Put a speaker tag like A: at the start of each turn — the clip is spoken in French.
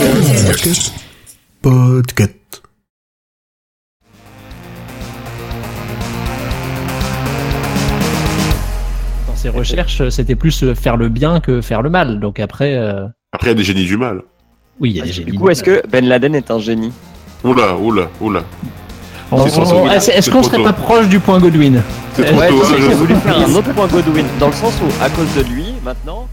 A: Podcast. Podcast.
B: Dans ses recherches, c'était plus euh, faire le bien que faire le mal. Donc après, euh,
C: Après, il y a des génies du mal.
B: oui, il y a des
D: Ah, Du
B: génies.
D: coup, est-ce que Ben Laden est un génie
C: Oula, oula, oula.
B: On- on-
C: c'est trop tôt.
B: on- Est-ce est-ce
C: C'est
B: qu'on
C: trop
B: serait
C: tôt.
B: pas proche du point Godwin
C: C'est trop
D: Ouais,
C: tôt,
D: parce que
C: hein,
D: j'ai
C: je-
D: voulu faire un autre point Godwin, dans le sens où, à cause de lui, maintenant,